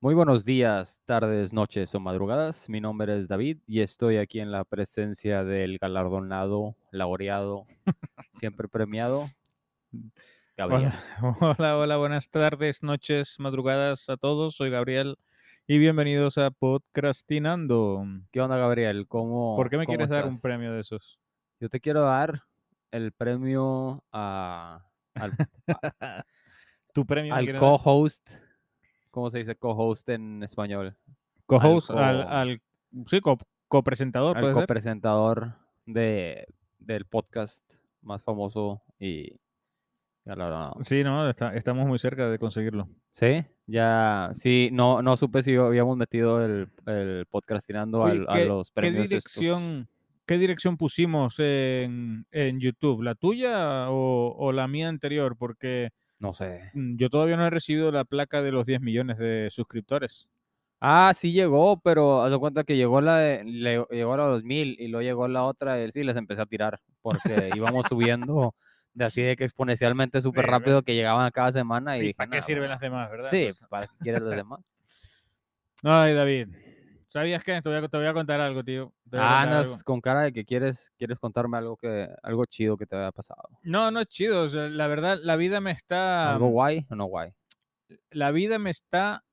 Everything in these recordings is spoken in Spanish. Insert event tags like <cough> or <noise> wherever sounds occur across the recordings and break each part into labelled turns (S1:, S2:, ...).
S1: Muy buenos días, tardes, noches o madrugadas. Mi nombre es David y estoy aquí en la presencia del galardonado, laureado, siempre premiado, Gabriel.
S2: Mm, Hola, <laughs> hola, hola, buenas tardes, noches, madrugadas a todos. Soy Gabriel y bienvenidos a Podcrastinando.
S1: ¿Qué onda, Gabriel? ¿Cómo,
S2: ¿Por qué me
S1: cómo
S2: quieres dar un
S1: estás?
S2: premio de esos?
S1: Yo te quiero dar el premio a-
S2: <laughs>
S1: al,
S2: ¿Tu premio? me
S1: al
S2: quieres dar?
S1: co-host. ¿Cómo se dice co-host en español?
S2: Co-host,
S1: co-
S2: al, al- sí, co- copresentador,
S1: Al
S2: puede ser.
S1: copresentador de, del podcast más famoso y galardonado.
S2: Sí, no, está- estamos muy cerca de conseguirlo.
S1: Sí, ya, sí, no, no supe si habíamos metido el, el podcastinando
S2: Oye,
S1: al- a los
S2: ¿Qué
S1: premios estos.
S2: dirección, ¿Qué dirección pusimos en, en YouTube? ¿La tuya o, o la mía anterior? Porque
S1: No sé.
S2: mm, yo todavía no he recibido la placa de los 10 millones de suscriptores.
S1: Ah, sí llegó, pero haz de cuenta que llegó la de, le- llegó la de los mil y luego llegó la otra y sí les empecé a tirar porque íbamos subiendo de así de que exponencialmente súper
S2: Sí, ve.
S1: rápido que llegaban cada semana y,
S2: ¿Y
S1: dije,
S2: para qué
S1: "Nah,
S2: sirven
S1: bueno".
S2: las demás, verdad? Pues
S1: Sí,
S2: Entonces-
S1: para qué quieres los
S2: <laughs>
S1: demás.
S2: Ay, David. ¿Sabías qué? Te voy a, te voy a contar algo, tío. Te voy a
S1: Ah,
S2: contar algo.
S1: andas con cara de que quieres, quieres contarme algo que, algo chido que te haya pasado.
S2: No, no es chido. o sea, la verdad, la vida me está.
S1: ¿Algo guay o no guay?
S2: La vida me está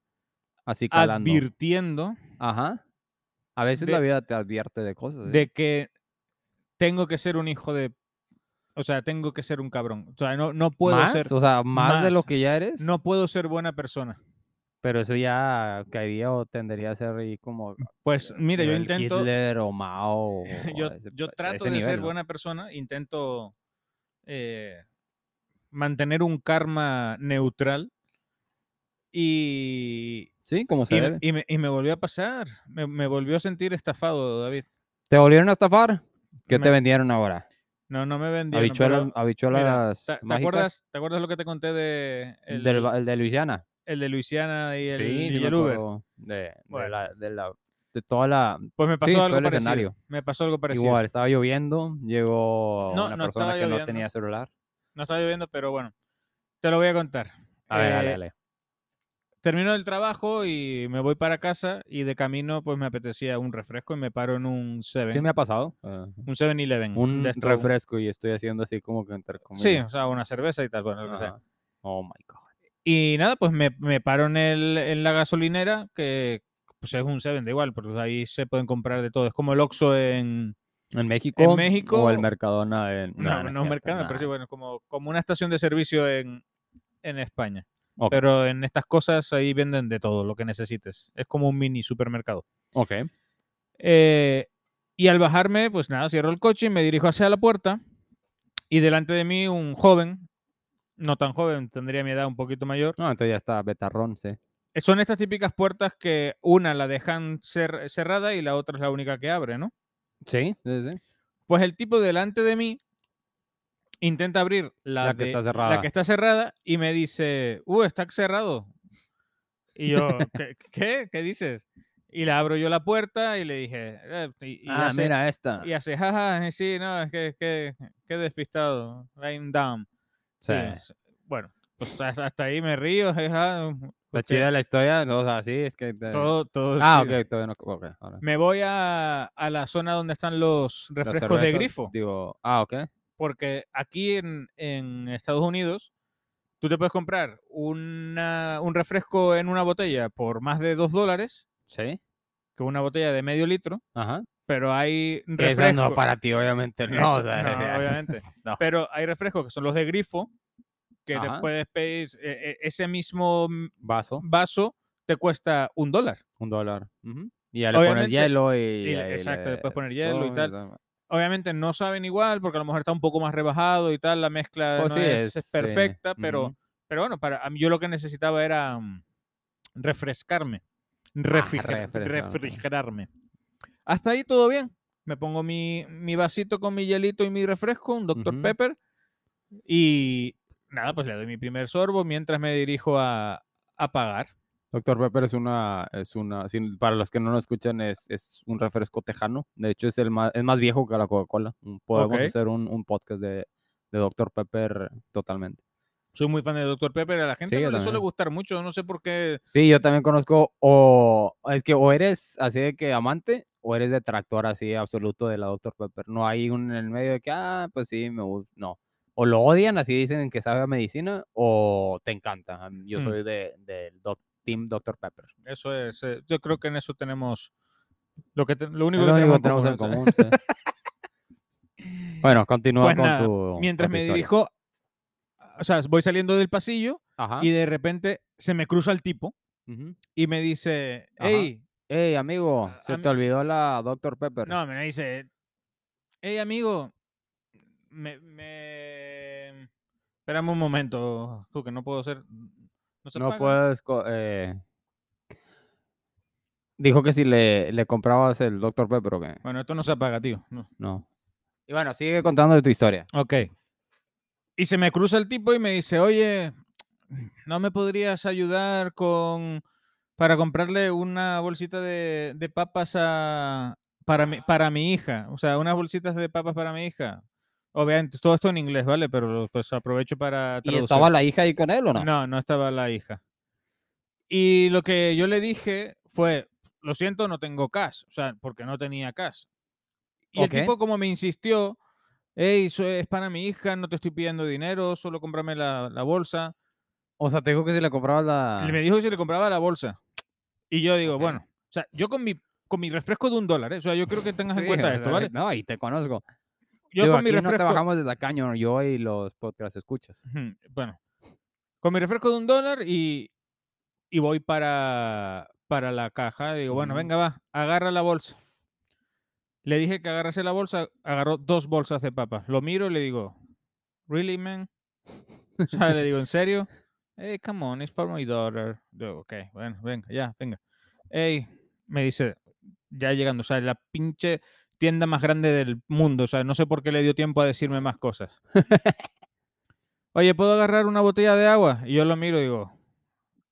S1: Así calando.
S2: advirtiendo
S1: Ajá. A veces
S2: de-
S1: la vida te advierte de cosas. ¿eh?
S2: de que tengo que ser un hijo de. O sea, tengo que ser un cabrón. O sea, no, no puedo
S1: ¿Más?
S2: ser.
S1: o sea, más, de lo
S2: más.
S1: que ya eres.
S2: No puedo ser buena persona.
S1: Pero eso ya caería o tendería a ser ahí como.
S2: Pues mira, yo
S1: nivel
S2: intento. <laughs>
S1: Hitler o Mao. o
S2: yo,
S1: a ese- pues,
S2: yo
S1: a
S2: trato
S1: ese
S2: de ser
S1: nivel, ¿no?
S2: buena persona, intento eh, mantener un karma neutral y,
S1: Sí, como se
S2: y, me-
S1: debe.
S2: y me, y me volvió a pasar, me, me volvió a sentir estafado, David.
S1: ¿Te volvieron a estafar? ¿Qué te
S2: Me-
S1: vendieron ahora?
S2: No, no me vendieron.
S1: Habichuelas,
S2: pero- mira,
S1: habichuelas
S2: ¿te, te
S1: mágicas
S2: acuerdas, ¿Te acuerdas lo que te conté de el,
S1: del, ba- el de Luisiana.
S2: el de Luisiana y el,
S1: sí, sí
S2: y
S1: me
S2: el Uber?
S1: acuerdo De,
S2: Bueno.
S1: de, la, de, la- de toda la.
S2: Pues me pasó
S1: todo
S2: algo
S1: el
S2: parecido.
S1: escenario.
S2: Me pasó algo parecido.
S1: Igual, estaba lloviendo, llegó
S2: No,
S1: una
S2: no
S1: persona
S2: estaba
S1: que no
S2: lloviendo.
S1: tenía celular.
S2: No estaba lloviendo, pero bueno, te lo voy a contar.
S1: A ver, dale,
S2: Eh,
S1: dale.
S2: termino el trabajo y me voy para casa y de camino pues me apetecía un refresco y me paro en un 7
S1: Sí me ha pasado. eh,
S2: un 7-Eleven.
S1: un
S2: de estos-
S1: refresco y estoy haciendo así como que entre comillas.
S2: mm, Sí, o sea, una cerveza y tal, bueno, lo que sea.
S1: Ajá. Oh my god.
S2: Y nada, pues me, me paro en, el, en la gasolinera, que pues es un 7 da igual, porque ahí se pueden comprar de todo. Es como el Oxxo en...
S1: En México, o el
S2: México-
S1: Mercadona en
S2: No,
S1: nah,
S2: no,
S1: es
S2: es
S1: cierto,
S2: mercado, pero sí,
S1: nah.
S2: bueno, como, como una estación de servicio en, en España.
S1: Ok.
S2: Pero en estas cosas ahí venden de todo lo que necesites. Es como un mini supermercado.
S1: Ok.
S2: Eh, y al bajarme, pues nada, cierro el coche y me dirijo hacia la puerta. Y delante de mí un joven, no tan joven, tendría mi edad un poquito mayor.
S1: No, entonces ya está Betarrón, sí.
S2: Eh, Son estas típicas puertas que una la dejan cer- cerrada y la otra es la única que abre, ¿no?
S1: Sí, sí, sí.
S2: Pues el tipo delante de mí intenta abrir la,
S1: La que
S2: de-
S1: está
S2: la
S1: cerrada.
S2: que está cerrada y me dice, uh, está cerrado. Y yo,
S1: <laughs>
S2: ¿qué? ¿Qué, ¿Qué dices? Y le abro yo la puerta y le dije, "Eh", y, y
S1: ah,
S2: hace-
S1: mira esta.
S2: Y hace, jaja, eh, sí, no, es que, es que, qué despistado, I'm down.
S1: Sí.
S2: Y yo, "S- Bueno, pues hasta hasta ahí me río, jaja.
S1: Está
S2: porque
S1: chida la historia, no, o sea, sí, es que... te-
S2: Todo, todo
S1: ah,
S2: chido.
S1: ok, todavía no... ok, ahora.
S2: Me voy a, a la zona donde están los
S1: Las
S2: refrescos de
S1: cervezas,
S2: grifo,
S1: Digo, ah, ok.
S2: porque aquí en, en Estados Unidos tú te puedes comprar una- un refresco en una botella por más de 2 dólares,
S1: Sí.
S2: que una botella de medio litro,
S1: Ajá.
S2: pero hay
S1: Que
S2: refrescos...
S1: esa no para ti, obviamente, no.
S2: Eso-
S1: o <laughs> sea,
S2: no, obviamente.
S1: no.
S2: Pero hay refrescos que son los de grifo, que
S1: Ajá.
S2: te puedes pedir e- e- ese mismo mm,
S1: Vaso,
S2: vaso, te cuesta un dólar.
S1: un dólar. ujú. Y ya le pones
S2: Obviamente,
S1: hielo y...
S2: le-
S1: ahí
S2: exacto, le puedes poner hielo y
S1: todo,
S2: tal. Obviamente no saben igual, porque a lo mejor está un poco más rebajado y tal, la mezcla
S1: Pues
S2: no
S1: sí,
S2: es,
S1: es, eh,
S2: perfecta, pero,
S1: ujú.
S2: pero bueno, para a mí- yo lo que necesitaba era mm, refrescarme,
S1: Ah,
S2: refriger-
S1: refrescar.
S2: refrigerarme. Hasta ahí todo bien. Me pongo mi, mi vasito con mi hielito y mi refresco, un Dr.
S1: Ujú.
S2: Pepper, y nada, pues le doy mi primer sorbo mientras me dirijo a, a pagar.
S1: Doctor Pepper es una, es una, sin- para los que no lo escuchan, es, es un refresco tejano. De hecho, es el más, es más viejo que la Coca-Cola. Mm, Podemos
S2: Ok.
S1: hacer un, un podcast de, de Doctor Pepper totalmente.
S2: Soy muy fan de Dr. Pepper, a la gente
S1: Sí,
S2: no
S1: yo
S2: le suele
S1: también.
S2: gustar mucho, no sé por qué.
S1: Sí, yo también conozco, o es que o eres así de que amante o eres detractor así absoluto de la Dr. Pepper. No hay un en el medio de que, ah, pues sí, me gusta. No. O lo odian, así dicen que sabe a medicina, o te encanta. A mí- Yo
S2: Mm.
S1: soy de, del doc- Team Dr. Pepper.
S2: Eso es, eh, yo creo que en eso tenemos lo que te- lo único
S1: Es
S2: que
S1: lo único que
S2: tenemos en <laughs> común.
S1: tenemos en común, sí. <laughs> Bueno, continúa
S2: Pues
S1: con
S2: nada,
S1: tu.
S2: Mientras
S1: con tu
S2: me
S1: historia.
S2: dirijo, o sea, voy saliendo del pasillo
S1: Ajá.
S2: y de repente se me cruza el tipo
S1: ujú.
S2: y me dice,
S1: Ajá.
S2: hey,
S1: Ey, amigo,
S2: A-
S1: se
S2: a
S1: te
S2: mí-
S1: olvidó la Dr. Pepper.
S2: no, me dice, hey amigo, me, me... Espérame un momento, tú que no puedo ser... No, se
S1: No
S2: apaga.
S1: puedes. co- eh, Dijo que si le, le comprabas el Dr. Pepper o qué.
S2: Bueno, esto no se apaga, tío. no.
S1: No. Y bueno, sigue contando de tu historia.
S2: Ok. Y se me cruza el tipo y me dice, oye, ¿no me podrías ayudar con para comprarle una bolsita de, de papas a- para, mi, para mi hija? O sea, unas bolsitas de papas para mi hija. Obviamente, todo esto en inglés, ¿vale? Pero pues aprovecho para
S1: ¿Y
S2: traducir.
S1: estaba la hija ahí con él o no?
S2: No, no estaba la hija. Y lo que yo le dije fue, lo siento, no tengo cash, o sea, porque no tenía cash. Y
S1: Ok.
S2: el tipo como me insistió, hey, eso es para mi hija, no te estoy pidiendo dinero, solo cómprame la, la bolsa.
S1: O sea, te dijo que si le comprabas la.
S2: Y me dijo que si le compraba la bolsa. Y yo digo,
S1: Ah. Ok.
S2: bueno, o sea, yo con mi, con mi refresco de un dólar, ¿eh? o sea, yo creo que tengas en
S1: Sí,
S2: cuenta
S1: o <laughs>
S2: esto,
S1: sea,
S2: ¿vale?
S1: No, y te conozco.
S2: Yo
S1: Digo,
S2: con mi
S1: aquí no
S2: refresco...
S1: trabajamos desde la cañón, yo y los podcast escuchas.
S2: Ujú, Bueno, con mi refresco de un dólar y, y voy para, para la caja. Digo, bueno,
S1: Ujú.
S2: venga, va, agarra la bolsa. Le dije que agarrase la bolsa, agarró dos bolsas de papas. Lo miro y le digo, ¿really, man? O sea, le digo, ¿en serio? Hey, come on, it's for my daughter. Yo, ok, bueno, venga, ya, venga. Hey, me dice, ya llegando, o sea, la pinche tienda más grande del mundo. O sea, no sé por qué le dio tiempo a decirme más cosas. Oye, ¿puedo agarrar una botella de agua? Y yo lo miro y digo,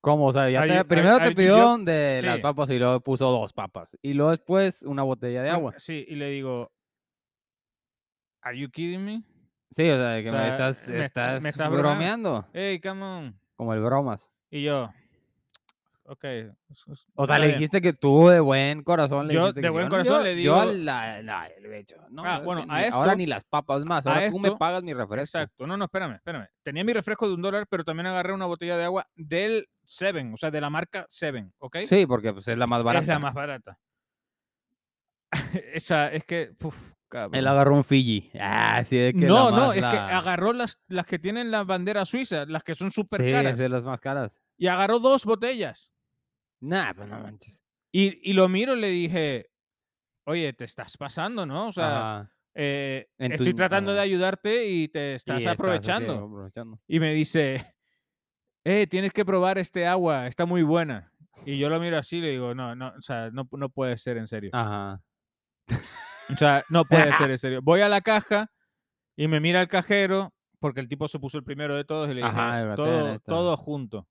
S1: ¿Cómo? O sea, ya
S2: Ay,
S1: te-
S2: ay,
S1: primero
S2: ay,
S1: te
S2: yo-
S1: pidió de las
S2: sí.
S1: papas y luego puso dos papas. Y luego después una botella de
S2: "No,
S1: agua.
S2: Sí, y le digo, ¿Are you kidding me?
S1: Sí, o sea, que
S2: O
S1: me
S2: sea,
S1: estás,
S2: me está-
S1: estás
S2: me estás bromeando.
S1: bromeando.
S2: Hey, come on.
S1: Como el bromas.
S2: Y yo, ok.
S1: O sea,
S2: está
S1: le
S2: bien".
S1: dijiste que tú de buen corazón le
S2: Yo,
S1: dijiste que
S2: de
S1: sí.
S2: buen
S1: Yo-
S2: corazón, le digo-
S1: Yo la, la- le he hecho, No,
S2: Ah,
S1: es
S2: bueno,
S1: que
S2: a
S1: ni- ahora
S2: esto-
S1: ni las papas más.
S2: a
S1: Ahora tú me
S2: esto-
S1: pagas mi refresco.
S2: Exacto. No, no, espérame, espérame. Tenía mi refresco de un dólar, pero también agarré una botella de agua del Seven, o sea, de la marca Seven, ¿ok?
S1: Sí, porque pues, es la más barata.
S2: Es la más barata. <laughs> Esa, es que, uf, cabrón.
S1: Él agarró un Fiji. Ah, sí, es que la
S2: no, no,
S1: más
S2: es que
S1: la-
S2: agarró las, las que tienen la bandera suiza, las que son súper
S1: Sí,
S2: caras.
S1: es de las más caras.
S2: Y agarró dos botellas.
S1: Nah, pues no manches.
S2: Y, y lo miro y le dije, oye, te estás pasando, ¿no? O sea,
S1: Ajá.
S2: eh,
S1: en tu
S2: estoy
S1: in-
S2: tratando de
S1: ajá.
S2: ayudarte y te
S1: Y
S2: estás
S1: así,
S2: aprovechando.
S1: aprovechando.
S2: y me dice, <laughs> eh, tienes que probar este agua, está muy buena. Y yo lo miro así y le digo, no, no, o sea, no, no puede ser en serio.
S1: Ajá.
S2: O sea, no puede ser en serio. Voy a la caja y me mira el cajero, porque el tipo se puso el primero de todos y le dije,
S1: Ajá, el batero
S2: todo,
S1: este".
S2: todo junto.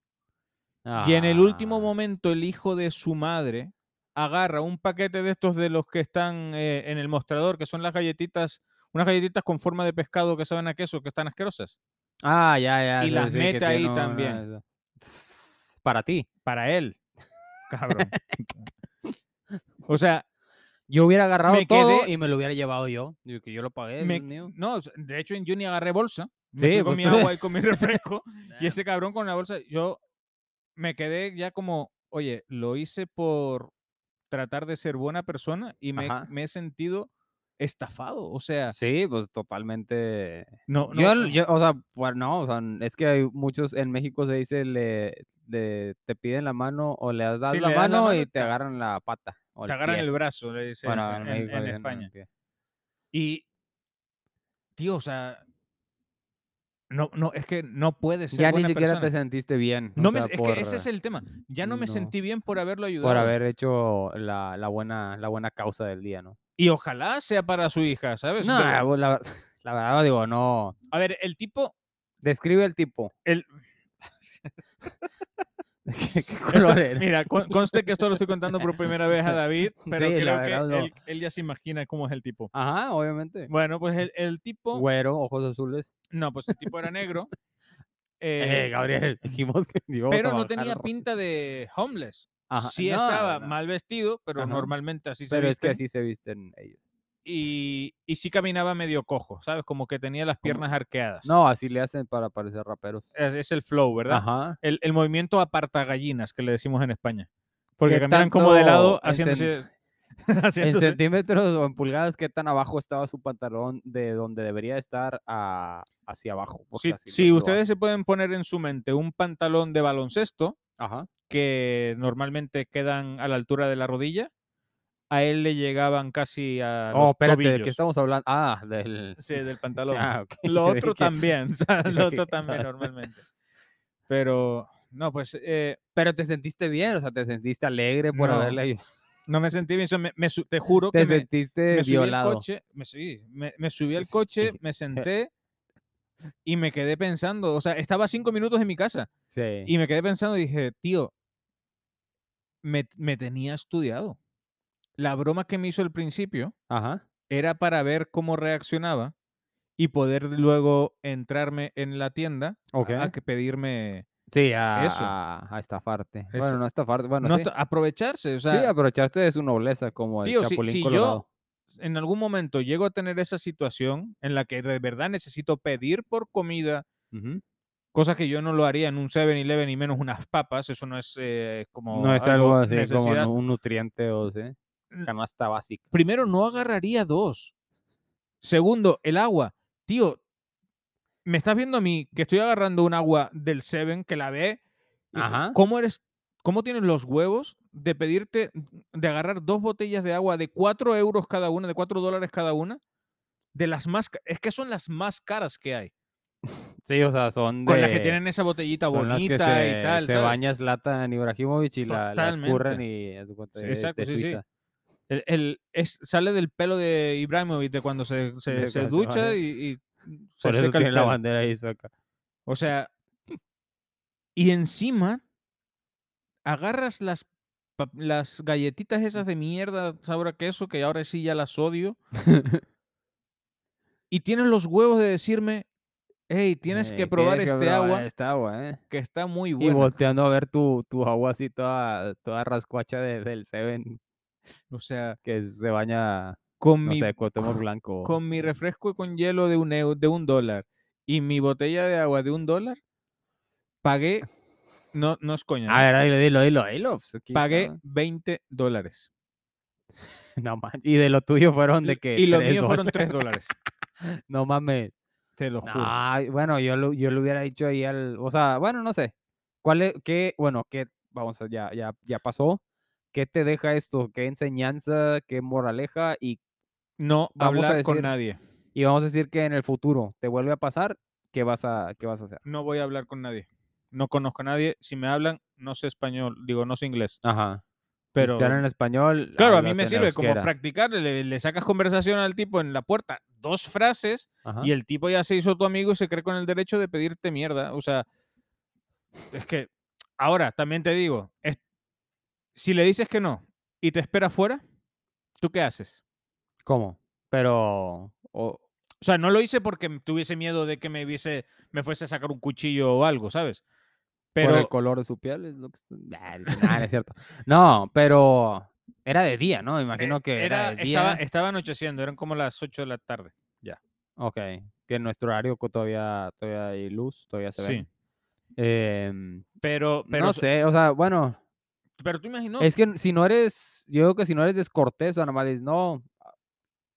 S2: Y en el último
S1: Ah.
S2: momento, el hijo de su madre agarra un paquete de estos de los que están eh, en el mostrador, que son las galletitas, unas galletitas con forma de pescado que saben a queso, que están asquerosas,
S1: Ah, ya, ya.
S2: y
S1: sí,
S2: las
S1: sí, que
S2: mete ahí
S1: tiene una
S2: también.
S1: de esas. Para ti.
S2: para él.
S1: <laughs>
S2: Cabrón. o sea,
S1: Yo hubiera agarrado
S2: Me
S1: todo
S2: quedé-
S1: y me lo hubiera llevado yo. Digo que yo lo pagué.
S2: me-
S1: es mío.
S2: no, o sea, de hecho, en Juni agarré bolsa. Me
S1: Sí,
S2: fui con
S1: pues
S2: mi
S1: tú-
S2: agua y
S1: <laughs>
S2: con mi refresco.
S1: Nah,
S2: y ese cabrón con la bolsa, yo me quedé ya como, oye, lo hice por tratar de ser buena persona y me,
S1: Ajá.
S2: me he sentido estafado. O sea,
S1: Sí, pues totalmente.
S2: no, no,
S1: yo,
S2: no,
S1: l- yo, o sea, pues no, o sea, n- es que hay muchos, en México se dice, le, le- te piden la mano o le das
S2: Sí,
S1: la,
S2: le das la
S1: mano
S2: mano
S1: y
S2: y
S1: te
S2: ta-
S1: agarran la pata o el
S2: te agarran
S1: pie.
S2: el brazo, le dicen
S1: Bueno,
S2: en,
S1: en
S2: en
S1: México dicen
S2: España.
S1: el pie.
S2: Y, tío, o sea, no, no, es que no puedes ser
S1: Ya ni
S2: buena
S1: siquiera
S2: persona.
S1: te sentiste bien. o
S2: No me-
S1: sea,
S2: es
S1: por,
S2: que ese es el tema. Ya no me
S1: no.
S2: sentí bien por haberlo ayudado.
S1: por haber hecho la, la buena, la buena causa del día, ¿no?
S2: Y ojalá sea para su hija, <laughs> ¿sabes?
S1: No,
S2: Digo,
S1: pues, la, ver- la verdad digo, no.
S2: a ver, el tipo.
S1: <laughs> Describe el tipo. <laughs>
S2: El,
S1: ¿Qué, qué
S2: esto-
S1: color era?
S2: <laughs> mira, con- conste que esto lo estoy
S1: <laughs>
S2: contando por primera vez a David, pero
S1: Sí, la
S2: creo que
S1: verdad, no.
S2: él, él ya se imagina cómo es el tipo.
S1: Ajá, obviamente.
S2: Bueno, pues el, el tipo.
S1: Güero, ojos azules.
S2: No, pues el tipo era negro. Eh,
S1: <laughs> Eh,
S2: <laughs>
S1: Gabriel, dijimos que <laughs> íbamos a
S2: pero no
S1: bajar
S2: tenía
S1: ro-
S2: pinta de homeless.
S1: Ajá,
S2: Sí
S1: no,
S2: estaba
S1: no,
S2: mal vestido, pero
S1: Ajá.
S2: normalmente así se
S1: Pero es que
S2: visten.
S1: así se visten ellos.
S2: Y, y sí caminaba medio cojo, ¿sabes? Como que tenía las piernas arqueadas.
S1: No, así le hacen para parecer raperos.
S2: Es, es el flow, ¿verdad? <laughs>
S1: Ajá.
S2: El, el movimiento apartagallinas que le decimos en España. Porque caminan como
S1: tanto
S2: de lado
S1: en cen-
S2: haciéndose... <laughs>
S1: En
S2: haciéndose-
S1: centímetros o en pulgadas, ¿qué tan abajo estaba su pantalón de donde debería estar a- hacia abajo? Porque así
S2: si
S1: lo
S2: si
S1: suban.
S2: ustedes se pueden poner en su mente un pantalón de baloncesto,
S1: Ajá.
S2: que normalmente quedan a la altura de la rodilla, a él le llegaban casi a los
S1: Oh, espérate, ¿de
S2: tobillos,
S1: qué estamos hablando? Ah, del... <laughs>
S2: sí, del pantalón.
S1: Ah, ok, <laughs>
S2: Lo
S1: yo dije,
S2: otro también, o sea, lo otro también
S1: Ah.
S2: normalmente. Pero no, pues eh,
S1: Pero te sentiste bien, o sea, te sentiste alegre por
S2: No,
S1: haberle ayudado.
S2: no me sentí bien, o sea, me- me su- te juro que
S1: Te
S2: me,
S1: sentiste
S2: me subí al
S1: violado.
S2: coche, me, sí, me- me subí al
S1: Sí. <laughs>
S2: coche, me senté y me quedé pensando, o sea, estaba a cinco minutos de mi casa
S1: Sí.
S2: y me quedé pensando y dije, tío, me, me tenía estudiado. La broma que me hizo al principio
S1: Ajá.
S2: era para ver cómo reaccionaba y poder luego entrarme en la tienda
S1: Ok.
S2: a que pedirme
S1: Sí, a,
S2: Eso.
S1: a- a estafarte.
S2: Eso.
S1: Bueno, no estafarte, bueno,
S2: no
S1: sí.
S2: esta- aprovecharse. O
S1: Sí,
S2: sea,
S1: aprovechaste de su nobleza como el
S2: Tío, si-
S1: chapulín
S2: si yo-
S1: colorado.
S2: en algún momento llego a tener esa situación en la que de verdad necesito pedir por comida,
S1: Ujú.
S2: cosa que yo no lo haría en un 7-Eleven y menos unas papas. Eso no es eh, como
S1: No es algo así
S2: necesidad.
S1: como un nutriente o sí.
S2: Mm.
S1: Canasta básica.
S2: Primero, no agarraría dos. Segundo, el agua. Tío, me estás viendo a mí que estoy agarrando un agua del Seven que la ve. y c-
S1: Ajá.
S2: ¿Cómo eres? ¿Cómo tienes los huevos de pedirte, de agarrar dos botellas de agua de 4 euros cada una, de 4 dólares cada una? De las más, ca- es que son las más caras que hay.
S1: Sí, o sea, son de...
S2: Con las que tienen esa botellita
S1: son las que
S2: bonita
S1: se,
S2: y tal.
S1: Se
S2: ¿sabes?
S1: baña Zlatan Ibrahimovic y la, la escurren
S2: Totalmente.
S1: y... haz de cuenta,
S2: Sí,
S1: de-
S2: exacto,
S1: de
S2: sí, sí.
S1: Suiza.
S2: El- el- es- sale del pelo de Ibrahimovic de cuando se, se-
S1: De
S2: se
S1: cuando se
S2: ducha
S1: baña.
S2: y, y se
S1: Por eso
S2: seca el
S1: tiene la
S2: pelo.
S1: bandera ahí sueca.
S2: O sea, y encima agarras las, pa- las galletitas esas de mierda, sabor a queso, que ahora sí ya las odio,
S1: <laughs>
S2: y tienes los huevos de decirme, hey, tienes que
S1: Eh,
S2: probar
S1: tienes que
S2: este
S1: probar
S2: agua
S1: Esta agua, eh.
S2: que está muy
S1: Y
S2: buena.
S1: volteando a ver tu, tu agua así toda, toda rascuacha de- del Seven
S2: O sea,
S1: que se baña,
S2: con,
S1: no
S2: mi,
S1: sé, Cuauhtémoc Blanco.
S2: con mi refresco con hielo de un, eu- de un dólar y mi botella de agua de un dólar, pagué, no, no es coña,
S1: A
S2: ¿no?
S1: ver, dilo, dilo, dilo, dilo. pues, aquí
S2: pagué
S1: está.
S2: 20 dólares.
S1: <laughs> No manches, Y de lo tuyo fueron de
S2: L-
S1: que.
S2: y lo
S1: tres
S2: mío fueron
S1: dólares.
S2: 3 dólares.
S1: No mames.
S2: Te lo juro.
S1: Ay, bueno, yo lo, yo lo hubiera dicho ahí al. O sea, bueno, no sé. ¿Cuál es, qué, bueno, qué, vamos, a- ya, ya, ya pasó. ¿Qué te deja esto? ¿Qué enseñanza? ¿Qué moraleja? Y
S2: No
S1: vamos a
S2: hablar con
S1: decir-
S2: nadie.
S1: Y vamos a decir que en el futuro te vuelve a pasar, ¿qué vas a, qué vas a hacer?
S2: No voy a hablar con nadie. No conozco a nadie. Si me hablan, no sé español. Digo, no sé inglés.
S1: Ajá. Pero
S2: Pero.
S1: si te hablan en español.
S2: Claro, a mí
S1: hablas
S2: me
S1: en
S2: sirve como
S1: euskera.
S2: practicar. Le, le sacas conversación al tipo en la puerta. Dos frases.
S1: Ajá.
S2: Y el tipo ya se hizo tu amigo y se cree con el derecho de pedirte mierda. O sea. Es que. Ahora, también te digo. es- si le dices que no y te espera fuera, ¿tú qué haces?
S1: ¿Cómo? Pero. o-
S2: O sea, no lo hice porque m- tuviese miedo de que me viese, me fuese a sacar un cuchillo o algo, ¿sabes? Pero
S1: Por el color de su piel es lo que. está- Nah, dice, nah, no es cierto. No, pero. Era de día, ¿no? Me
S2: eh,
S1: imagino que era, de día.
S2: estaba, estaba anocheciendo, eran como las 8 de la tarde.
S1: Ok. Que en nuestro horario co- todavía, todavía hay luz, todavía se ve. Em,
S2: Sí. Pero, pero,
S1: no
S2: s-
S1: sé, o sea, bueno,
S2: pero tú imaginas,
S1: Es que n- si no eres, yo creo que si no eres descortés o nada más dices, no, ah,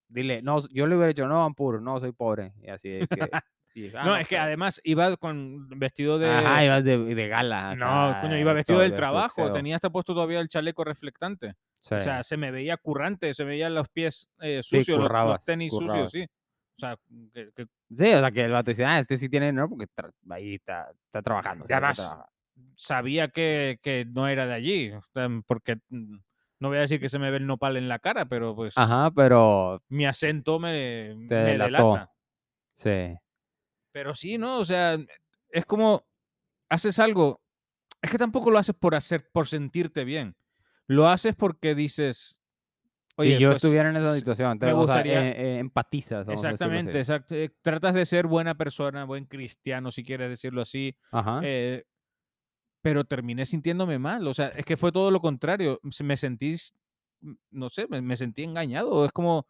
S1: dile, no, yo le hubiera dicho, no, I'm poor, no, soy pobre. Y así de
S2: <laughs>
S1: que. y dije, "Ah,
S2: no, es que
S1: pero-".
S2: además iba con vestido de...
S1: Ajá, ibas de, de gala.
S2: no,
S1: acá,
S2: coño, iba
S1: eh,
S2: vestido
S1: todo
S2: del
S1: bien
S2: trabajo,
S1: tuxedo.
S2: tenía hasta puesto todavía el chaleco reflectante.
S1: Sí.
S2: O sea, se me veía currante, se veían los pies eh,
S1: Sí,
S2: sucios, los- los,
S1: currabas,
S2: tenis
S1: currabas.
S2: sucios, sí. O sea, que- que
S1: Sí, o sea, que el vato dice, ah, este sí tiene dinero porque tra- ahí está, está trabajando. o sea, está
S2: Ya vas.
S1: trabajando".
S2: sabía que, que no era de allí, o sea, porque mm, no voy a decir que se me ve el nopal en la cara, pero pues
S1: Ajá, pero
S2: mi acento me,
S1: te
S2: me
S1: delató.
S2: delata.
S1: Sí.
S2: Pero sí, ¿no? O sea, mm, es como haces algo, es que tampoco lo haces por hacer, por sentirte bien. Lo haces porque dices, Oye,
S1: si yo
S2: pues,
S1: estuviera en esa
S2: s-
S1: situación,
S2: me
S1: entonces, o sea,
S2: gustaría-
S1: eh, eh, empatizas. vamos a decirlo así.
S2: Exactamente, exacto. Eh, Tratas de ser buena persona, buen cristiano, si quieres decirlo así.
S1: Ajá.
S2: eh, pero terminé sintiéndome mal. O sea, es que fue todo lo contrario. se- Me sentí, s- m- no sé, me, me sentí engañado. Es como,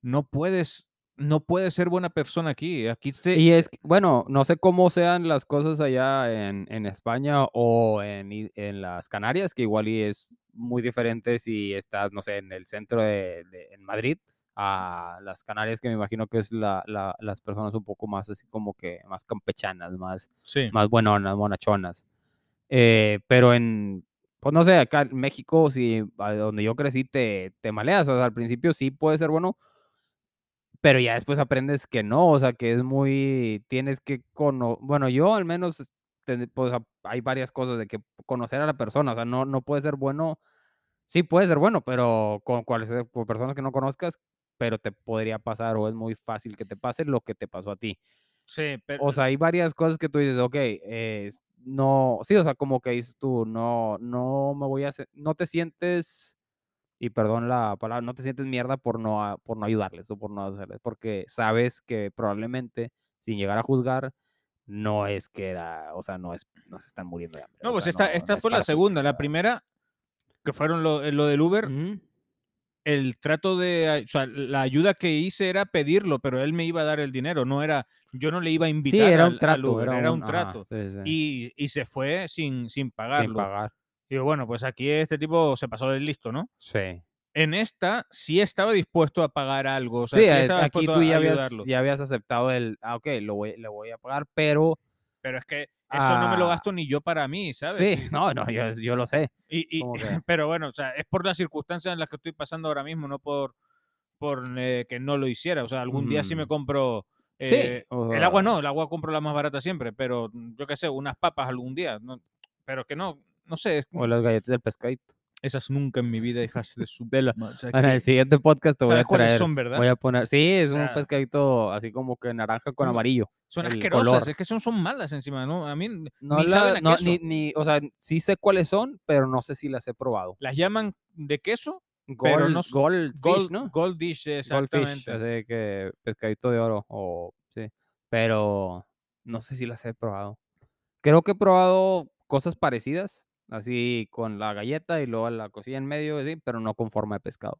S2: no puedes, no puedes ser buena persona aquí. Aquí te,
S1: Y es, que, bueno, no sé cómo sean las cosas allá en, en España o en, i- en las Canarias, que igual y es muy diferente si estás, no sé, en el centro de, de- en Madrid a las Canarias, que me imagino que es la, la- las personas un poco más así como que más campechanas, más,
S2: sí.
S1: más buenonas, monachonas. Eh, pero en, pues no sé, acá en México, si a donde yo crecí te, te maleas, o sea, al principio sí puede ser bueno, pero ya después aprendes que no, o sea, que es muy, tienes que cono, bueno, yo al menos, es- ten- pues, a- hay varias cosas de que conocer a la persona, o sea, no, no puede ser bueno, sí puede ser bueno, pero con, cuales- con personas que no conozcas, pero te podría pasar o es muy fácil que te pase lo que te pasó a ti.
S2: Sí, pero,
S1: O sea, hay varias cosas que tú dices, ok, eh, s- no, sí, o sea, como que dices tú, no, no me voy a hacer, no te sientes, y perdón la palabra, no te sientes mierda por no, a- por no ayudarles o por no hacerles, porque sabes que probablemente, sin llegar a juzgar, no es que era, o sea, no es, no se están muriendo de hambre.
S2: no,
S1: o
S2: pues
S1: sea,
S2: esta,
S1: no-
S2: esta
S1: no es
S2: fue la
S1: para su-
S2: segunda. La primera, que fueron lo, eh, lo del Uber,
S1: Ujú.
S2: el trato de, ay- o sea, la ayuda que hice era pedirlo, pero él me iba a dar el dinero, no era, yo no le iba a
S1: Sí,
S2: invitar
S1: era
S2: al,
S1: un
S2: al
S1: trato,
S2: Uber,
S1: era
S2: era
S1: un,
S2: un
S1: ajá,
S2: trato.
S1: sí, sí,
S2: Y, y se fue sin, sin
S1: sin
S2: pagarlo.
S1: pagar.
S2: Digo, bueno, pues aquí este tipo se pasó de listo, ¿no?
S1: Sí.
S2: En esta sí estaba dispuesto a pagar algo, o sea,
S1: Sí,
S2: sí
S1: eh,
S2: estaba
S1: aquí
S2: dispuesto
S1: tú
S2: a
S1: ya habías,
S2: ayudarlo.
S1: ya habías aceptado el, ah, ok, lo voy, le voy a pagar, pero
S2: Pero es que eso no me lo
S1: Ah,
S2: gasto ni yo para mí, ¿sabes? "Pues
S1: Sí, no, no, yo, yo lo sé.
S2: Y, y-
S1: como que-
S2: <laughs> pero bueno, o sea, es por las circunstancias en las que estoy pasando ahora mismo, no por, por eh, que no lo hiciera. O sea, algún día sí me
S1: Ujú.
S2: compro.
S1: Sí. Ah.
S2: eh,
S1: o
S2: el agua
S1: sea,
S2: no, el agua compro la más barata siempre, pero mm, yo qué sé, unas papas algún día. no- pero que no, no sé. es
S1: O
S2: como-
S1: las galletas del pescadito.
S2: Esas nunca en mi vida, hijas de su.
S1: De la-
S2: ma- o sea,
S1: Para
S2: que-
S1: el siguiente podcast te voy a
S2: ¿Sabes cuáles
S1: traer.
S2: son, verdad?
S1: Voy a poner. Sí, es
S2: O
S1: un
S2: sea,
S1: pescadito así como que naranja con
S2: son-
S1: amarillo.
S2: Son
S1: el
S2: asquerosas,
S1: color.
S2: es que son, son malas encima, ¿no? A mí n-
S1: No
S2: ni saben
S1: la-
S2: a
S1: no,
S2: queso.
S1: ni, ni, o sea, sí sé cuáles son, pero no sé si las he probado.
S2: Las llaman de queso,
S1: Gold,
S2: pero no s-
S1: goldfish,
S2: gold,
S1: ¿no?
S2: gold dish,
S1: Goldfish,
S2: exactamente.
S1: así que pescadito de oro, o sí. Pero no sé si las he probado. Creo que he probado cosas parecidas, así con la galleta y luego la cosilla en medio, así, pero no con forma de pescado.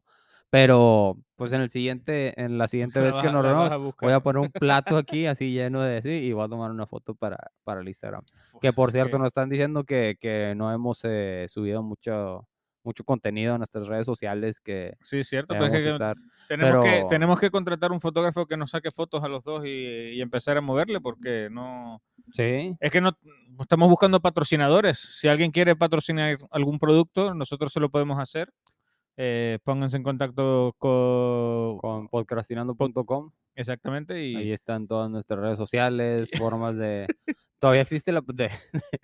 S1: Pero pues en el siguiente, en
S2: <laughs>
S1: la siguiente
S2: La
S1: vez
S2: vas
S1: que
S2: a-
S1: nos
S2: la vas
S1: reunamos,
S2: a
S1: voy a
S2: buscar.
S1: poner un
S2: <laughs>
S1: plato aquí así lleno de sí y voy a tomar una foto para, para el Instagram.
S2: Uf,
S1: Que por
S2: es que-
S1: cierto nos están diciendo que, que no hemos eh, subido mucho, mucho contenido a nuestras redes sociales que
S2: Sí, cierto, pero es
S1: debemos
S2: que
S1: estar.
S2: tenemos, que,
S1: pero-
S2: tenemos que contratar un fotógrafo que nos saque fotos a los dos y, y empezar a moverle porque no...
S1: Sí.
S2: Es que no estamos buscando patrocinadores. Si alguien quiere patrocinar algún producto, nosotros se lo podemos hacer. Eh, pónganse en contacto con...
S1: con podcastinando.com.
S2: Exactamente. Y
S1: Ahí están todas nuestras redes
S2: <laughs>
S1: sociales, formas de... Todavía existe la... de- de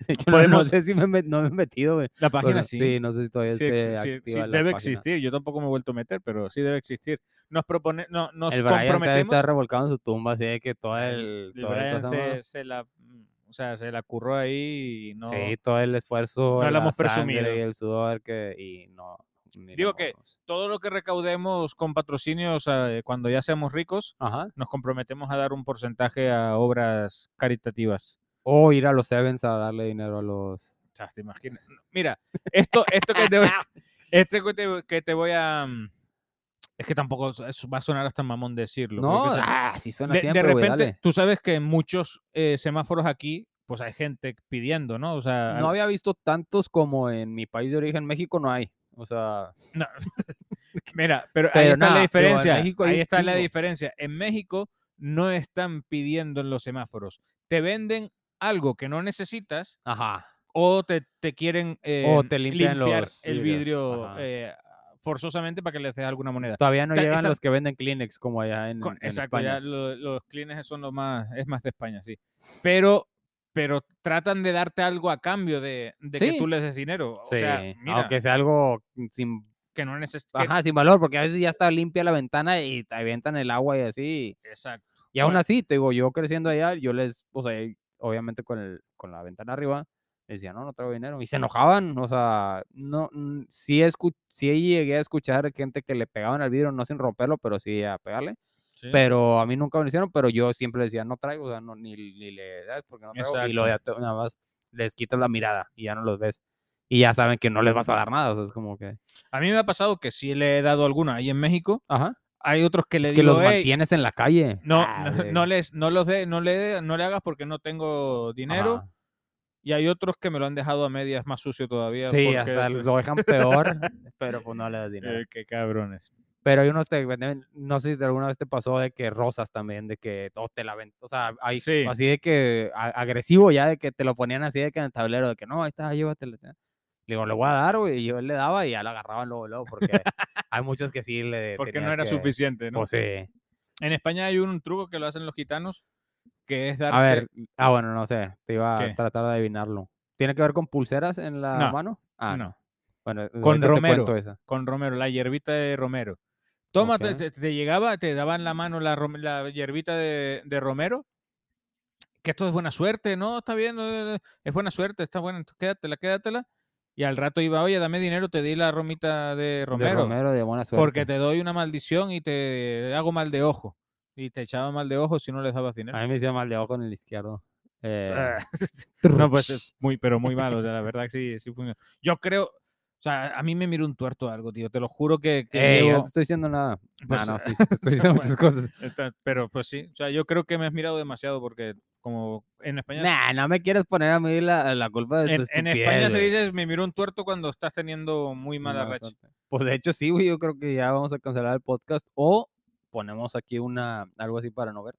S1: hecho, no- no,
S2: Podemos-
S1: sé si me, met- no me he metido, güey.
S2: la página
S1: Bueno,
S2: sí.
S1: no sé si todavía
S2: Sí,
S1: esté
S2: ex- sí- sí
S1: activa eh, la
S2: debe
S1: página.
S2: existir. Yo tampoco me he vuelto a meter, pero sí debe existir. Nos propone, no, nos
S1: El Brian se debe
S2: comprometemos.
S1: estar revolcado en su tumba, así de que todo
S2: Ah,
S1: el... todo el-
S2: Brian
S1: ¿cómo se llama?
S2: se, se la, mm, o sea, se la curró ahí y no.
S1: Sí, todo el esfuerzo,
S2: no lo
S1: la
S2: hemos
S1: sangre
S2: presumido.
S1: y el sudor que... Y no... ni lo
S2: Digo que-
S1: hemos-
S2: Todo lo que recaudemos con patrocinios, cuando ya seamos ricos,
S1: Ajá.
S2: nos comprometemos a dar un porcentaje a obras caritativas.
S1: O ir a los Sevens a darle dinero a los...
S2: O sea, te imaginas. No, Mira, esto, esto que
S1: <laughs>
S2: te voy, <laughs> este que te, que te voy a. mm, Es que tampoco es- es- va a sonar hasta mamón decirlo. pero yo
S1: No,
S2: qué sé.
S1: ah, sí suena
S2: de, de
S1: siempre, güey,
S2: repente,
S1: dale.
S2: tú sabes que en muchos eh, semáforos aquí, pues hay gente pidiendo, ¿no? O sea,
S1: No
S2: Ah, al-
S1: había visto tantos como en mi país de origen, México, no hay. O sea,
S2: no. <laughs> mira, pero, ahí
S1: Pero
S2: está
S1: nada,
S2: la
S1: digo, en
S2: diferencia.
S1: México hay
S2: ahí
S1: un
S2: está la
S1: chingo.
S2: diferencia. En México no están pidiendo en los semáforos. Te venden algo que no necesitas
S1: ajá.
S2: o te, te quieren eh,
S1: te limpian
S2: limpiar
S1: los
S2: el
S1: vidrios,
S2: vidrio
S1: ajá.
S2: eh, forzosamente para que le des alguna moneda.
S1: Todavía no
S2: Está-
S1: llegan
S2: está-
S1: los que venden Kleenex como allá en,
S2: Co-
S1: en
S2: Exacto, ya
S1: España.
S2: lo- los clines son los más, es más de España, sí. Pero, pero tratan de darte algo a cambio de, de que tú
S1: Sí.
S2: les des dinero. O
S1: Sí,
S2: sea, mira,
S1: aunque sea algo sin,
S2: que no necesitas.
S1: ajá, sin valor, porque a veces ya está limpia la ventana y te avientan el agua y así.
S2: Exacto.
S1: Y aún
S2: Bueno.
S1: así, te digo, yo creciendo allá, yo les, o sea, obviamente con, el, con la ventana arriba, Le decía, no, no traigo dinero. Y se enojaban, o sea, no, mm, sí, escu sí llegué a escuchar gente que le pegaban al vidrio, no sin romperlo, pero sí a pegarle.
S2: Sí.
S1: Pero a mí nunca me lo hicieron, pero yo siempre decía, no traigo, o sea, no, ni, ni le das porque no traigo. Y lo ya te- nada más les quitas la mirada y ya no los ves. Y ya saben que no les vas a dar nada, o sea, es como que...
S2: A mí me ha pasado que sí le he dado alguna ahí en México.
S1: Ajá.
S2: Hay otros que le
S1: Es que
S2: digo,
S1: los
S2: "Ey,
S1: mantienes en la calle.
S2: no,
S1: Ah,
S2: no,
S1: güey.
S2: no les, no los de, no le, no le hagas porque no tengo dinero.
S1: Ajá.
S2: Y hay otros que me lo han dejado a medias más sucio todavía.
S1: Sí,
S2: porque
S1: hasta
S2: pues,
S1: lo dejan
S2: <laughs>
S1: peor, pero pues no le das dinero.
S2: eh, qué cabrones.
S1: Pero hay unos que venden, no sé si te- alguna vez te pasó de que rosas también, de que todos te la venden. O sea, hay
S2: Sí.
S1: así de que a- agresivo ya, de que te lo ponían así de que en el tablero, de que no, ahí está, llévatela. cha". Le digo, le voy a dar, güey. Y yo le daba y ya la agarraban luego, luego, porque hay muchos que sí le.
S2: Porque no
S1: tenías
S2: era
S1: que-
S2: suficiente, ¿no?
S1: Pues sí.
S2: En España hay un truco que lo hacen los gitanos, que es darte...
S1: A ver, ah, bueno, no sé, te iba
S2: ¿Qué?
S1: a tratar de adivinarlo. ¿Tiene que ver con pulseras en la
S2: No,
S1: mano? Ah,
S2: no,
S1: Bueno, ahorita
S2: Con
S1: te
S2: romero.
S1: cuento esa.
S2: con romero, la hierbita de romero. Tómate,
S1: Ok.
S2: te, te llegaba, te daban la mano la, rom- la hierbita de, de romero. Que esto es buena suerte, ¿no? Está bien, eh, es buena suerte, está bueno, entonces quédatela, quédatela. Y al rato iba, oye, dame dinero, te di la romita de
S1: De
S2: romero.
S1: romero de buena suerte.
S2: Porque te doy una maldición y te hago mal de ojo. Y te echaba mal de ojo si no les dabas dinero.
S1: A mí me hicieron mal de ojo en el izquierdo. Eh,
S2: Ah.
S1: <laughs>
S2: no, pues es muy, pero muy malo. O sea, la verdad que sí, sí funciona. Yo creo, o sea, a mí me miró un tuerto algo, tío. Te lo juro que, que
S1: Ey, yo no
S2: llevo-
S1: te estoy diciendo nada.
S2: Pues,
S1: no, no,
S2: <laughs>
S1: sí, sí, te estoy diciendo muchas cosas.
S2: Está- pero pues sí, o sea, yo creo que me has mirado demasiado porque como en España,
S1: Nah, no me quieres poner a mí la, la culpa de
S2: en,
S1: tu
S2: en
S1: estupidez,
S2: España se
S1: güey.
S2: dice me miró un tuerto cuando estás teniendo muy mala
S1: Mala
S2: racha.
S1: suerte. Pues de hecho sí, güey, yo creo que ya vamos a cancelar el podcast o ponemos aquí una algo así para no ver.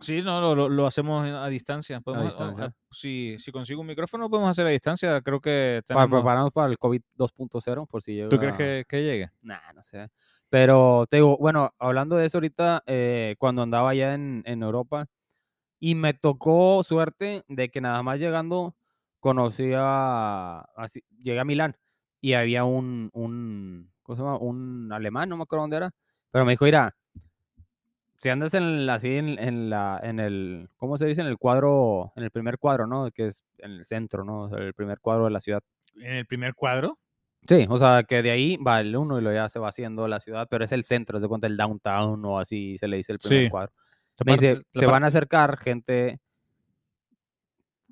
S2: Sí, no, lo, lo- lo hacemos a distancia. podemos- a-
S1: distancia.
S2: a- si, si consigo un micrófono podemos hacer a distancia, creo que
S1: Para
S2: tenemos-
S1: prepararnos para el COVID 2.0 por si llega.
S2: ¿Tú crees que, que llegue?
S1: Nah, no sé. Pero te digo, bueno, hablando de eso ahorita, eh, cuando andaba allá en, en Europa, y me tocó suerte de que nada más llegando, conocí a, así, llegué a Milán y había un, un, ¿cómo se llama? Un alemán, no me acuerdo dónde era, pero me dijo, mira, si andas en la, así en, en la, en el, ¿cómo se dice? En el cuadro, en el primer cuadro, ¿no? Que es en el centro, ¿no? O sea, El primer cuadro de la ciudad.
S2: En el primer cuadro.
S1: Sí, o sea, que de ahí va el uno y lo ya se va haciendo la ciudad, pero es el centro, se cuenta el downtown o así se le dice el primer
S2: Sí.
S1: cuadro.
S2: la
S1: Me dice,
S2: parte- la
S1: se
S2: parte-
S1: van a acercar gente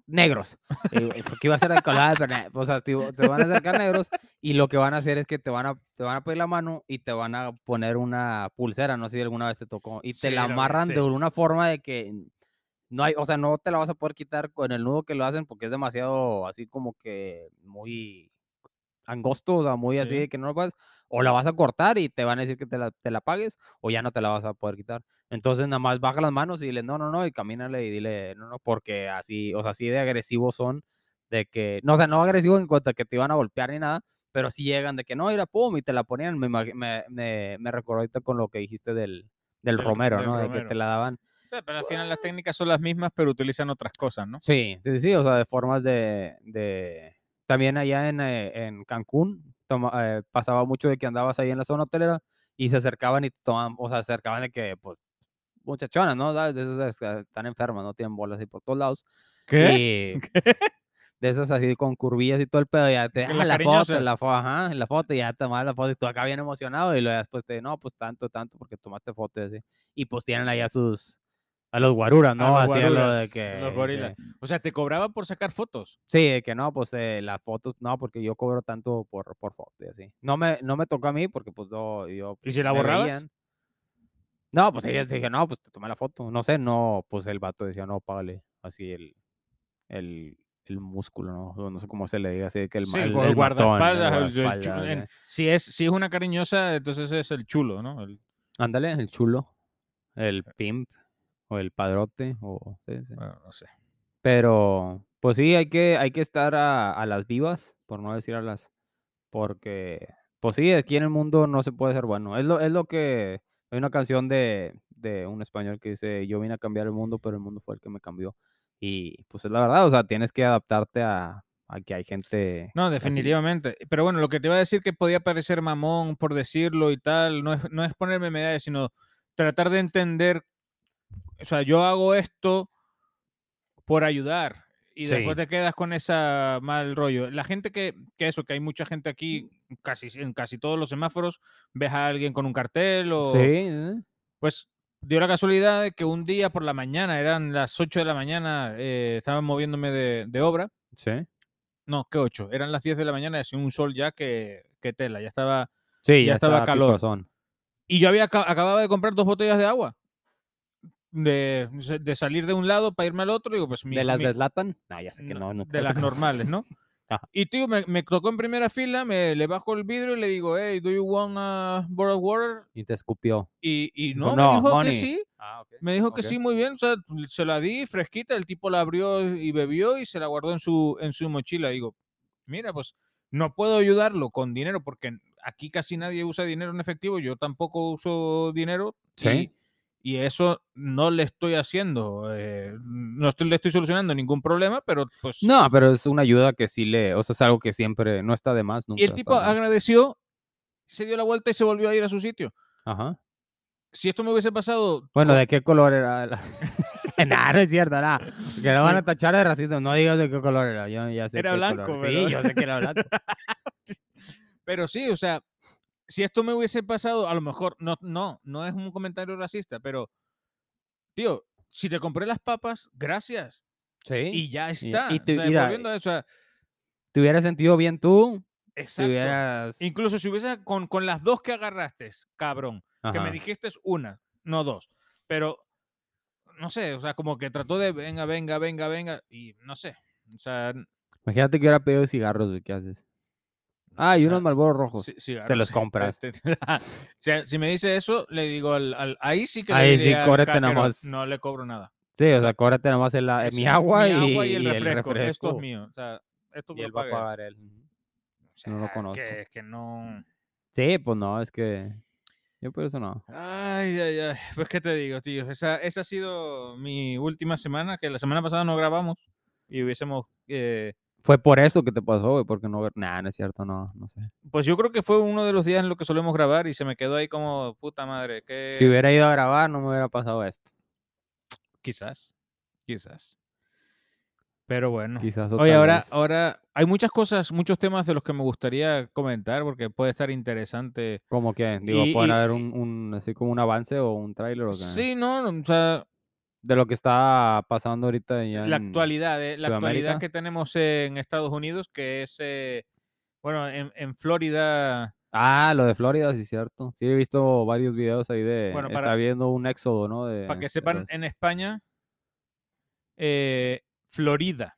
S1: negros. Y digo, "¿Por qué iba a ser de colada, pero nah". o sea, tipo, se van a acercar negros y lo que van a hacer es que te van a, te van a pedir la mano y te van a poner una pulsera, no sé si alguna vez te tocó, y te
S2: Sí,
S1: la
S2: la verdad,
S1: amarran de
S2: sí.
S1: una forma de que no hay, o sea, no te la vas a poder quitar con el nudo que lo hacen porque es demasiado así como que muy angosto, o sea, muy así
S2: Sí.
S1: de que no lo puedes, o la vas a cortar y te van a decir que te la, te la pagues o ya no te la vas a poder quitar. Entonces nada más baja las manos y dile, no, no, no, y camínale y dile, no, no, porque así, o sea, así de agresivos son, de que, no, o sea, no agresivos en cuanto a que te iban a golpear ni nada, pero sí llegan de que, no, era pum, y te la ponían, me, imagi- me, me, me recordó ahorita con lo que dijiste del, del,
S2: Del-
S1: Romero,
S2: del
S1: ¿no? De que
S2: Romero.
S1: te la daban.
S2: Sí, Pero al final las técnicas son las mismas, pero utilizan otras cosas, ¿no?
S1: Sí, sí, sí, o sea, de formas de, de- también allá en, eh, en Cancún, toma- eh, pasaba mucho de que andabas ahí en la zona hotelera y se acercaban y te tomaban, o sea, se acercaban de que, pues, muchachonas, ¿no? ¿Sabes? De esas que están enfermas, ¿no? Tienen bolas ahí por todos lados.
S2: <laughs>
S1: Y de esas así con curvillas y todo el pedo, ya te
S2: Que
S1: ah,
S2: las
S1: la foto,
S2: cariñosas.
S1: la foto, ajá, la foto, y ya tomas la foto y tú acá bien emocionado y luego después te, no, pues tanto, tanto, porque tomaste foto y así. Y pues tienen allá sus, a los guaruras, ¿no?
S2: los
S1: así a lo de
S2: guaruras,
S1: que...
S2: los
S1: sí,
S2: gorilas. O sea, te cobraba por sacar fotos.
S1: Sí, de que no, pues eh, las fotos, no, porque yo cobro tanto por, por foto y así. No me, no me tocó a mí porque pues no, yo...
S2: ¿Y si la
S1: me
S2: borrabas?
S1: veían. No, pues ellos dije, no, pues te tomé la foto. No sé, no, pues el vato decía, no, págale. Así el, el, el músculo, ¿no? O No sé cómo se le diga, así que el, ma-
S2: Sí,
S1: el,
S2: gu-
S1: el matón,
S2: guardaespaldas, el- el chu-
S1: guardaespaldas,
S2: en-
S1: eh.
S2: si, es, si es una cariñosa, entonces es el chulo, ¿no? El-
S1: Ándale, el chulo, el pimp o el padrote o... sí, sí.
S2: bueno, no sé.
S1: Pero, pues sí, hay que, hay que estar a, a las vivas, por no decir a las. Porque, pues sí, aquí en el mundo no se puede ser bueno. Es lo, es lo que. Hay una canción de, de un español que dice: Yo vine a cambiar el mundo, pero el mundo fue el que me cambió. Y, pues es la verdad, o sea, tienes que adaptarte a, a que hay gente.
S2: No, definitivamente. Pero bueno, lo que te iba a decir que podía parecer mamón por decirlo y tal, no es, no es ponerme medallas, sino tratar de entender, o sea, yo hago esto por ayudar. y
S1: Sí.
S2: después te quedas con esa mal rollo. La gente que, que eso, que hay mucha gente aquí, casi en casi todos los semáforos, ves a alguien con un cartel o
S1: Sí, ¿eh?
S2: pues dio la casualidad de que un día por la mañana, eran las 8 de la mañana, eh, estaba moviéndome de, de obra.
S1: sí.
S2: No, que 8, eran las 10 de la mañana, hacía un sol ya que, que tela, ya estaba.
S1: Sí,
S2: Ya
S1: ya,
S2: estaba
S1: estaba
S2: calor.
S1: picosón.
S2: Y yo había aca- acababa de comprar dos botellas de agua. De, de salir de un lado para irme al otro, digo, pues mi,
S1: ¿De las
S2: mi-
S1: deslatan? No, ya sé que
S2: no,
S1: no. nunca
S2: de
S1: vas a <laughs>
S2: las
S1: comprar.
S2: normales, ¿no?
S1: Ajá.
S2: Y tío, me, me tocó en primera fila, me le bajo el vidrio y le digo, hey, do you want a bottle of water?
S1: Y te escupió.
S2: Y, y
S1: Dijo,
S2: no,
S1: "No,
S2: me dijo
S1: money".
S2: que sí,
S1: Ah, ok.
S2: me dijo que
S1: Ok.
S2: sí, muy bien, o sea, se la di fresquita, el tipo la abrió y bebió y se la guardó en su, en su mochila. Digo, mira, pues no puedo ayudarlo con dinero porque aquí casi nadie usa dinero en efectivo, yo tampoco uso dinero.
S1: Sí.
S2: Y, y eso no le estoy haciendo, eh, no estoy, le estoy solucionando ningún problema, pero pues...
S1: No, pero es una ayuda que sí le. O sea, es algo que siempre no está de más. Nunca
S2: Y el
S1: está
S2: tipo
S1: de más.
S2: agradeció, se dio la vuelta y se volvió a ir a su sitio.
S1: Ajá.
S2: Si esto me hubiese pasado.
S1: Bueno,
S2: con-
S1: ¿de qué color era? la- <laughs> nah, no es cierto, nada. Que no van a tachar de racismo. No digas de qué color era. Yo ya sé
S2: Era
S1: qué
S2: blanco,
S1: color.
S2: pero-
S1: Sí, yo sé que era blanco.
S2: Pero sí, o sea, si esto me hubiese pasado, a lo mejor. No, no, no es un comentario racista, pero. Tío, si te compré las papas, gracias.
S1: Sí.
S2: <laughs> Y ya
S1: y-
S2: está.
S1: y te-
S2: o sea,
S1: mira,
S2: volviendo a eso, o sea,
S1: ¿Te hubieras sentido bien tú?
S2: exacto.
S1: ¿Te hubieras.
S2: Incluso si hubiese con, con las dos que agarraste, cabrón, que me
S1: Ajá.
S2: dijiste es una, no dos. Pero. No sé, o sea, como que trató de venga, venga, venga, venga. Y no sé. O sea,
S1: Imagínate que hubiera pedido cigarros, güey. ¿Qué haces?
S2: o
S1: Ah, y
S2: sea,
S1: unos malboros rojos.
S2: Sí, cigarros,
S1: los
S2: <laughs> sí,
S1: compras.
S2: te- te- O sea, si me dice eso, le digo al, al- ahí sí que le
S1: Ahí sí,
S2: diría al
S1: cóbrate
S2: cajero,
S1: nomás.
S2: No le cobro nada.
S1: Sí, o sea, cóbrate nomás el, a-
S2: Es
S1: Ah, mi
S2: un-
S1: agua,
S2: mi
S1: y,
S2: agua y, el,
S1: y
S2: refresco. Esto es
S1: refresco.
S2: mío. O sea, esto
S1: Y
S2: lo
S1: él va a
S2: paga él.
S1: pagar él. Ujú.
S2: O
S1: no lo
S2: sea,
S1: conozco. Mm.
S2: Que, que no.
S1: Sí, pues no, es que. Yo por eso no.
S2: Ay, ay, ay. Pues qué te digo, tío. Esa, esa ha sido mi última semana, que la semana pasada no grabamos y hubiésemos. eh,
S1: Fue por eso que te pasó, güey, porque no. Nah, no es cierto, no, no sé.
S2: pues yo creo que fue uno de los días en los que solemos grabar y se me quedó ahí como puta madre. Que
S1: Si hubiera ido a grabar, no me hubiera pasado esto.
S2: Quizás, quizás. Pero bueno.
S1: Quizás o
S2: Oye,
S1: tal
S2: ahora,
S1: vez.
S2: ahora hay muchas cosas, muchos temas de los que me gustaría comentar porque puede estar interesante.
S1: Como que, digo,
S2: Y-
S1: pueden
S2: y-
S1: haber un, un- Así como un avance o un tráiler o qué.
S2: Sí, no, no, o sea,
S1: De lo que está pasando ahorita. Ya
S2: la
S1: en-
S2: actualidad, eh, la actualidad
S1: Sudamérica.
S2: que tenemos en Estados Unidos, que es, eh, bueno, en, en Florida,
S1: Ah, lo de Florida, sí, cierto. Sí, he visto varios videos ahí de.
S2: Bueno, para-
S1: Está viendo un éxodo, ¿no? De,
S2: para que
S1: de
S2: sepan, en
S1: los-
S2: España, eh, Florida,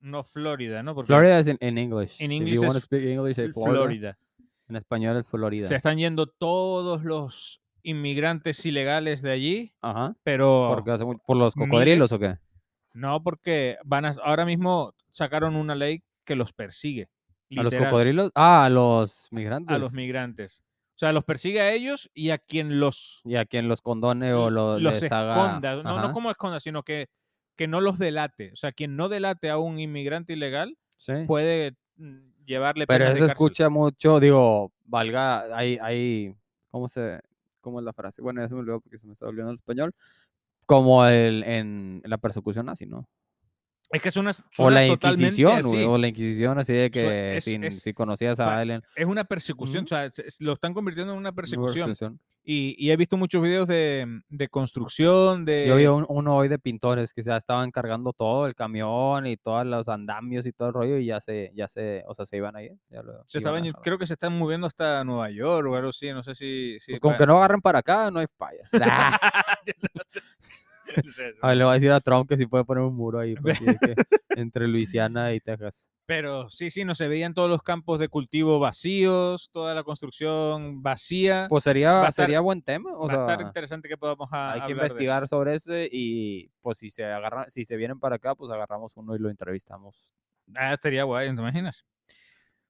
S2: no Florida, ¿no? Porque
S1: Florida es en en English.
S2: en
S1: If
S2: inglés
S1: you wanna
S2: es
S1: speak English, say
S2: Fl-
S1: Florida.
S2: Florida.
S1: En español es Florida.
S2: Se están yendo todos los inmigrantes ilegales de allí,
S1: Ajá.
S2: pero
S1: Porque hace mu- ¿Por los cocodrilos o qué?
S2: no porque van a, ahora mismo sacaron una ley que los persigue
S1: ¿A los
S2: literal,
S1: cocodrilos? Ah, a los migrantes.
S2: a los migrantes. O sea, los persigue a ellos y a quien los,
S1: Y a quien los condone o lo-
S2: los
S1: les haga-
S2: esconda. No, no
S1: Ajá,
S2: como esconda, sino que, que no los delate. O sea, quien no delate a un inmigrante ilegal
S1: sí.
S2: puede mm, llevarle
S1: Pero
S2: penas de
S1: eso
S2: cárcel.
S1: escucha mucho, digo, valga, hay, hay, ¿cómo se, cómo es la frase? Bueno, ya se me olvidó porque se me está olvidando el español. Como el, en la persecución nazi, ¿no?
S2: Es que suena,
S1: O
S2: suena
S1: la
S2: totalmente
S1: Inquisición, güey,
S2: así.
S1: o la Inquisición así de que
S2: es-
S1: sin-
S2: es
S1: si conocías a
S2: pa-
S1: alguien...
S2: Es una persecución, o sea, se- se- lo están convirtiendo en una
S1: no hubo
S2: persecución.
S1: persecución.
S2: Y, y he visto muchos videos de, de construcción, de...
S1: Yo vi un- uno hoy de pintores que ya estaban cargando todo el camión y todos los andamios y todo el rollo y ya se, ya se, o sea, se iban ahí. ya lo
S2: se
S1: iban a
S2: estaban yen-
S1: dejar.
S2: creo que se están moviendo hasta Nueva York o algo así, no sé si... si
S1: Pues con
S2: pa-
S1: que no agarren para acá, no hay
S2: <laughs>
S1: fallas. Ah,
S2: no sé,
S1: a ver, le voy a decir a Trump que si puede poner un muro ahí pues, así de
S2: <laughs>
S1: que entre Luisiana y Texas.
S2: Pero sí, sí, no se veían todos los campos de cultivo vacíos, toda la construcción vacía.
S1: Pues sería,
S2: a estar-
S1: sería buen tema. O
S2: Va a estar
S1: sea,
S2: interesante que podamos a-
S1: hay que
S2: hablar de eso.
S1: investigar sobre ese y pues si se agarran, si se vienen para acá, pues agarramos uno y lo entrevistamos.
S2: Ah, estaría guay, ¿te imaginas?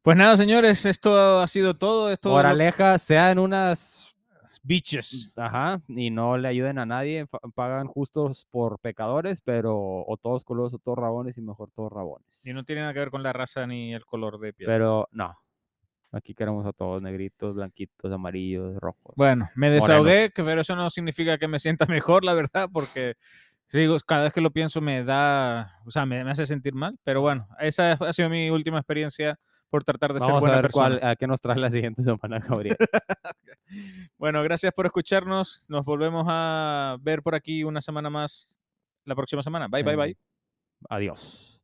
S2: Pues nada, señores, esto ha sido todo. Esto de los
S1: Moraleja, sean unas
S2: bitches.
S1: Ajá, y no le ayuden a nadie, fa- pagan justos por pecadores, pero o todos culos o todos rabones y mejor todos rabones.
S2: Y no tiene nada que ver con la raza ni el color de piel.
S1: pero no, aquí queremos a todos, negritos, blanquitos, amarillos, rojos.
S2: Bueno, me
S1: Morenos.
S2: <laughs> desahogué, que- pero eso no significa que me sienta mejor, la verdad, porque Sí, digo, cada vez que lo pienso me da, o sea, me, me hace sentir mal, pero bueno, esa ha sido mi última experiencia por tratar de ser
S1: Vamos a
S2: buena
S1: ver
S2: persona.
S1: cuál, a qué nos trae la siguiente semana, Gabriel.
S2: Bueno, gracias por escucharnos. Nos volvemos a ver por aquí una semana más la próxima semana. Bye, bye,
S1: Eh,
S2: bye.
S1: Adiós.